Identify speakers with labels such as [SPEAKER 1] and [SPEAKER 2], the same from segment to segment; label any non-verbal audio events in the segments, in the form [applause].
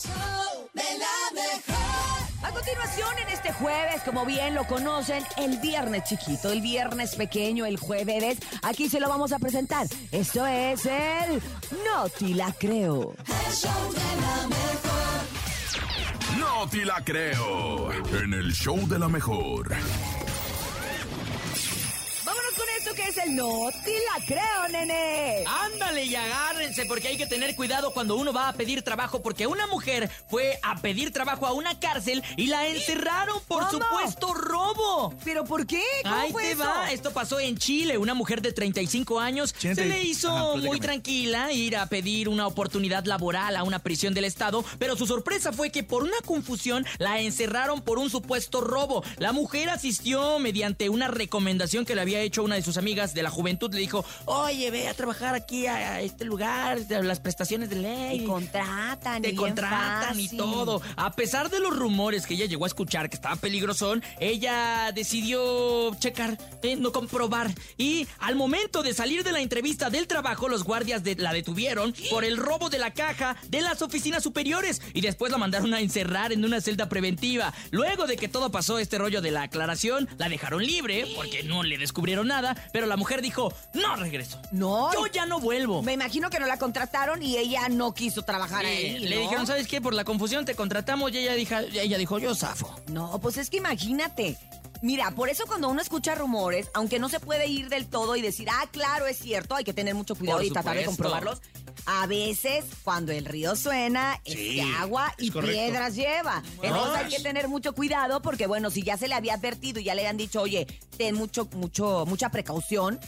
[SPEAKER 1] show de la mejor.
[SPEAKER 2] A continuación, en este jueves, como bien lo conocen, el viernes chiquito, el viernes pequeño, el jueves, aquí se lo vamos a presentar. Esto es el No te la creo.
[SPEAKER 1] El show de la mejor.
[SPEAKER 3] No te la creo. En el show de la mejor.
[SPEAKER 2] Vámonos con esto que es el No te la creo, nene.
[SPEAKER 4] Ándale y agárrense porque hay que tener cuidado cuando uno va a pedir trabajo porque una mujer fue a pedir trabajo a una cárcel y la encerraron por
[SPEAKER 2] ¿Cómo?
[SPEAKER 4] supuesto robo.
[SPEAKER 2] ¿Pero por qué? ¿Cómo
[SPEAKER 4] Ahí
[SPEAKER 2] fue
[SPEAKER 4] te
[SPEAKER 2] eso?
[SPEAKER 4] va, esto pasó en Chile, una mujer de 35 años
[SPEAKER 5] Gente-
[SPEAKER 4] se le hizo
[SPEAKER 5] Ajá, platícame.
[SPEAKER 4] muy tranquila ir a pedir una oportunidad laboral a una prisión del estado, pero su sorpresa fue que por una confusión la encerraron por un supuesto robo. La mujer asistió mediante una recomendación que le había hecho una de sus amigas de la juventud, le dijo, "Oye, ve a trabajar aquí a, a este lugar, de las prestaciones de ley."
[SPEAKER 2] Te contratan. y
[SPEAKER 4] Te
[SPEAKER 2] bien
[SPEAKER 4] contratan y
[SPEAKER 2] fácil.
[SPEAKER 4] todo. A pesar de los rumores que ella llegó a escuchar que estaba peligrosón, ella decidió checar, eh, no comprobar. Y al momento de salir de la entrevista del trabajo, los guardias de- la detuvieron por el robo de la caja de las oficinas superiores y después la mandaron a encerrar en una celda preventiva. Luego de que todo pasó este rollo de la aclaración, la dejaron libre porque no le descubrieron nada, pero la mujer dijo, no regreso.
[SPEAKER 2] No.
[SPEAKER 4] Yo ya no vuelvo.
[SPEAKER 2] Me imagino que no la contrataron y ella no quiso trabajar
[SPEAKER 4] Sí,
[SPEAKER 2] ahí.
[SPEAKER 4] le
[SPEAKER 2] ¿no?
[SPEAKER 4] dijeron, ¿sabes qué? Por la confusión te contratamos y ella dijo, ella dijo yo zafo.
[SPEAKER 2] No, pues es que imagínate. Mira, por eso cuando uno escucha rumores, aunque no se puede ir del todo y decir, ah, claro, es cierto, hay que tener mucho cuidado
[SPEAKER 4] Por
[SPEAKER 2] y tratar de
[SPEAKER 4] supuesto.
[SPEAKER 2] comprobarlos. A veces, cuando el río suena, es que agua y
[SPEAKER 5] correcto.
[SPEAKER 2] piedras lleva. Entonces hay que tener mucho cuidado porque, bueno, si ya se le había advertido y ya le han dicho, oye, ten mucho, mucho, mucha precaución,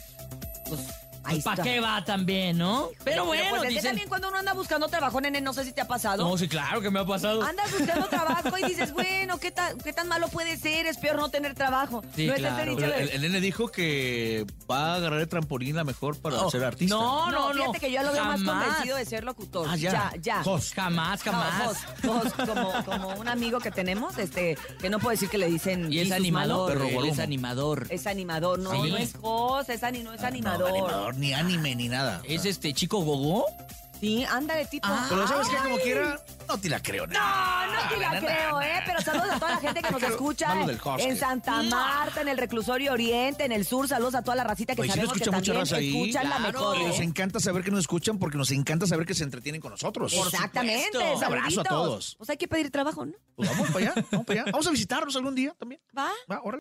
[SPEAKER 2] pues ahí está.
[SPEAKER 4] ¿Para qué va también, no? Pero bueno,
[SPEAKER 2] pues, es que
[SPEAKER 4] dicen-
[SPEAKER 2] también cuando uno anda buscando trabajo, nene, no sé si te ha pasado.
[SPEAKER 4] No, sí, claro que me ha pasado.
[SPEAKER 2] Andas buscando trabajo y dices, bueno, ¿qué, ta- ¿qué tan malo puede ser? Es peor no tener trabajo.
[SPEAKER 4] Sí,
[SPEAKER 2] no
[SPEAKER 4] claro.
[SPEAKER 2] es ese dicho
[SPEAKER 5] Pero
[SPEAKER 2] de-
[SPEAKER 5] el, el nene dijo que va a agarrar el trampolín la mejor para
[SPEAKER 4] Oh,
[SPEAKER 5] ser artista.
[SPEAKER 4] No, no, no.
[SPEAKER 2] Fíjate que yo lo veo más
[SPEAKER 4] jamás.
[SPEAKER 2] convencido de ser locutor.
[SPEAKER 4] Ah, ya.
[SPEAKER 2] ya. ya.
[SPEAKER 5] Jos.
[SPEAKER 4] Jamás,
[SPEAKER 2] No,
[SPEAKER 4] jamás.
[SPEAKER 2] Jos, Jos, como, como un amigo que tenemos, este, que no puedo decir que le dicen.
[SPEAKER 4] y es
[SPEAKER 2] Jesús Mador.
[SPEAKER 4] animador,
[SPEAKER 5] perro
[SPEAKER 4] él es
[SPEAKER 5] guarumo.
[SPEAKER 4] animador.
[SPEAKER 2] Es animador, no,
[SPEAKER 4] Sí. Ah,
[SPEAKER 2] no es Jos, es ani- no es animador.
[SPEAKER 5] ni anime, ni nada.
[SPEAKER 4] ¿Es este chico gogó?
[SPEAKER 2] Sí, ándale, tipo.
[SPEAKER 5] Eh, Pero sabes que
[SPEAKER 2] Ay.
[SPEAKER 5] como quiera, no te la creo. nene.
[SPEAKER 2] No, no te la
[SPEAKER 5] na, na,
[SPEAKER 2] creo,
[SPEAKER 5] na,
[SPEAKER 2] ¿eh?
[SPEAKER 5] na.
[SPEAKER 2] Pero saludos a toda la gente que nos
[SPEAKER 5] [laughs] Creo-
[SPEAKER 2] escucha
[SPEAKER 5] Malo
[SPEAKER 2] eh,
[SPEAKER 5] del Husky.
[SPEAKER 2] en Santa Marta, en el Reclusorio Oriente, en el Sur. Saludos a toda la racita que
[SPEAKER 5] Oye, sí nos
[SPEAKER 2] sabemos que
[SPEAKER 5] escucha mucha
[SPEAKER 2] también
[SPEAKER 5] raza ahí.
[SPEAKER 2] escuchan la
[SPEAKER 4] Claro.
[SPEAKER 2] mejor.
[SPEAKER 5] Y
[SPEAKER 2] ¿eh?
[SPEAKER 5] Nos encanta saber que nos escuchan porque nos encanta saber que se entretienen con nosotros.
[SPEAKER 2] Exactamente.
[SPEAKER 4] supuesto.
[SPEAKER 5] Un abrazo a
[SPEAKER 2] saluditos.
[SPEAKER 5] todos.
[SPEAKER 2] Pues hay que pedir trabajo, ¿no?
[SPEAKER 5] Pues vamos para allá, vamos para allá. Vamos a visitarnos algún día también.
[SPEAKER 2] ¿Va?
[SPEAKER 5] Va, órale.